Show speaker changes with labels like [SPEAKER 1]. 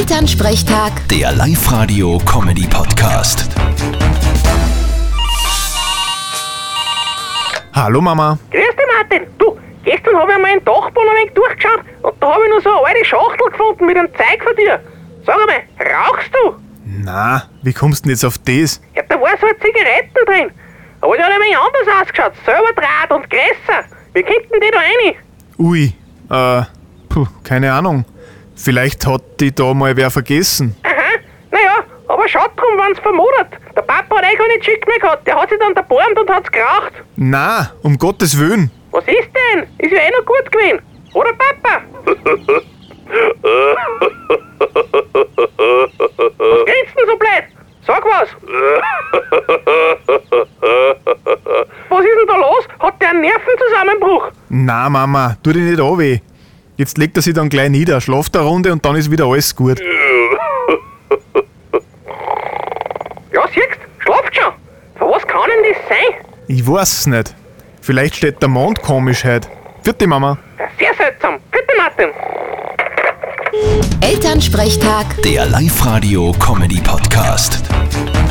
[SPEAKER 1] Elternsprechtag,
[SPEAKER 2] Der Live-Radio-Comedy-Podcast.
[SPEAKER 3] Hallo Mama.
[SPEAKER 4] Grüß dich, Martin. Du, gestern habe ich mal in den Dachboden ein wenig durchgeschaut und da habe ich noch so eine alte Schachtel gefunden mit einem Zeug von dir. Sag einmal, rauchst du?
[SPEAKER 3] Na, wie kommst denn jetzt auf das?
[SPEAKER 4] Ja, da war so eine Zigarette drin. Aber die hat ein wenig anders ausgeschaut, selber Draht und größer. Wie kommt denn die da rein?
[SPEAKER 3] Ui, äh, puh, keine Ahnung. Vielleicht hat die da mal wer vergessen.
[SPEAKER 4] Aha, naja, aber schaut drum, wenn's vermutet. Der Papa hat eigentlich gar nicht schick mehr gehabt, der hat sich dann erbarmt und hat's geraucht.
[SPEAKER 3] Na, um Gottes Willen.
[SPEAKER 4] Was ist denn? Ist ja eh noch gut gewesen. Oder Papa? was grinst denn so blöd? Sag was. was ist denn da los? Hat der einen Nervenzusammenbruch?
[SPEAKER 3] Na Mama, tu dich nicht an weh. Jetzt legt er sich dann gleich nieder, schlaft eine Runde und dann ist wieder alles gut.
[SPEAKER 4] Ja, siehst, schlaft schon. Von was kann denn das sein?
[SPEAKER 3] Ich weiß es nicht. Vielleicht steht der Mond komisch heute. Vierte Mama.
[SPEAKER 4] Sehr seltsam. Bitte, Martin.
[SPEAKER 1] Elternsprechtag.
[SPEAKER 2] Der Live-Radio-Comedy-Podcast.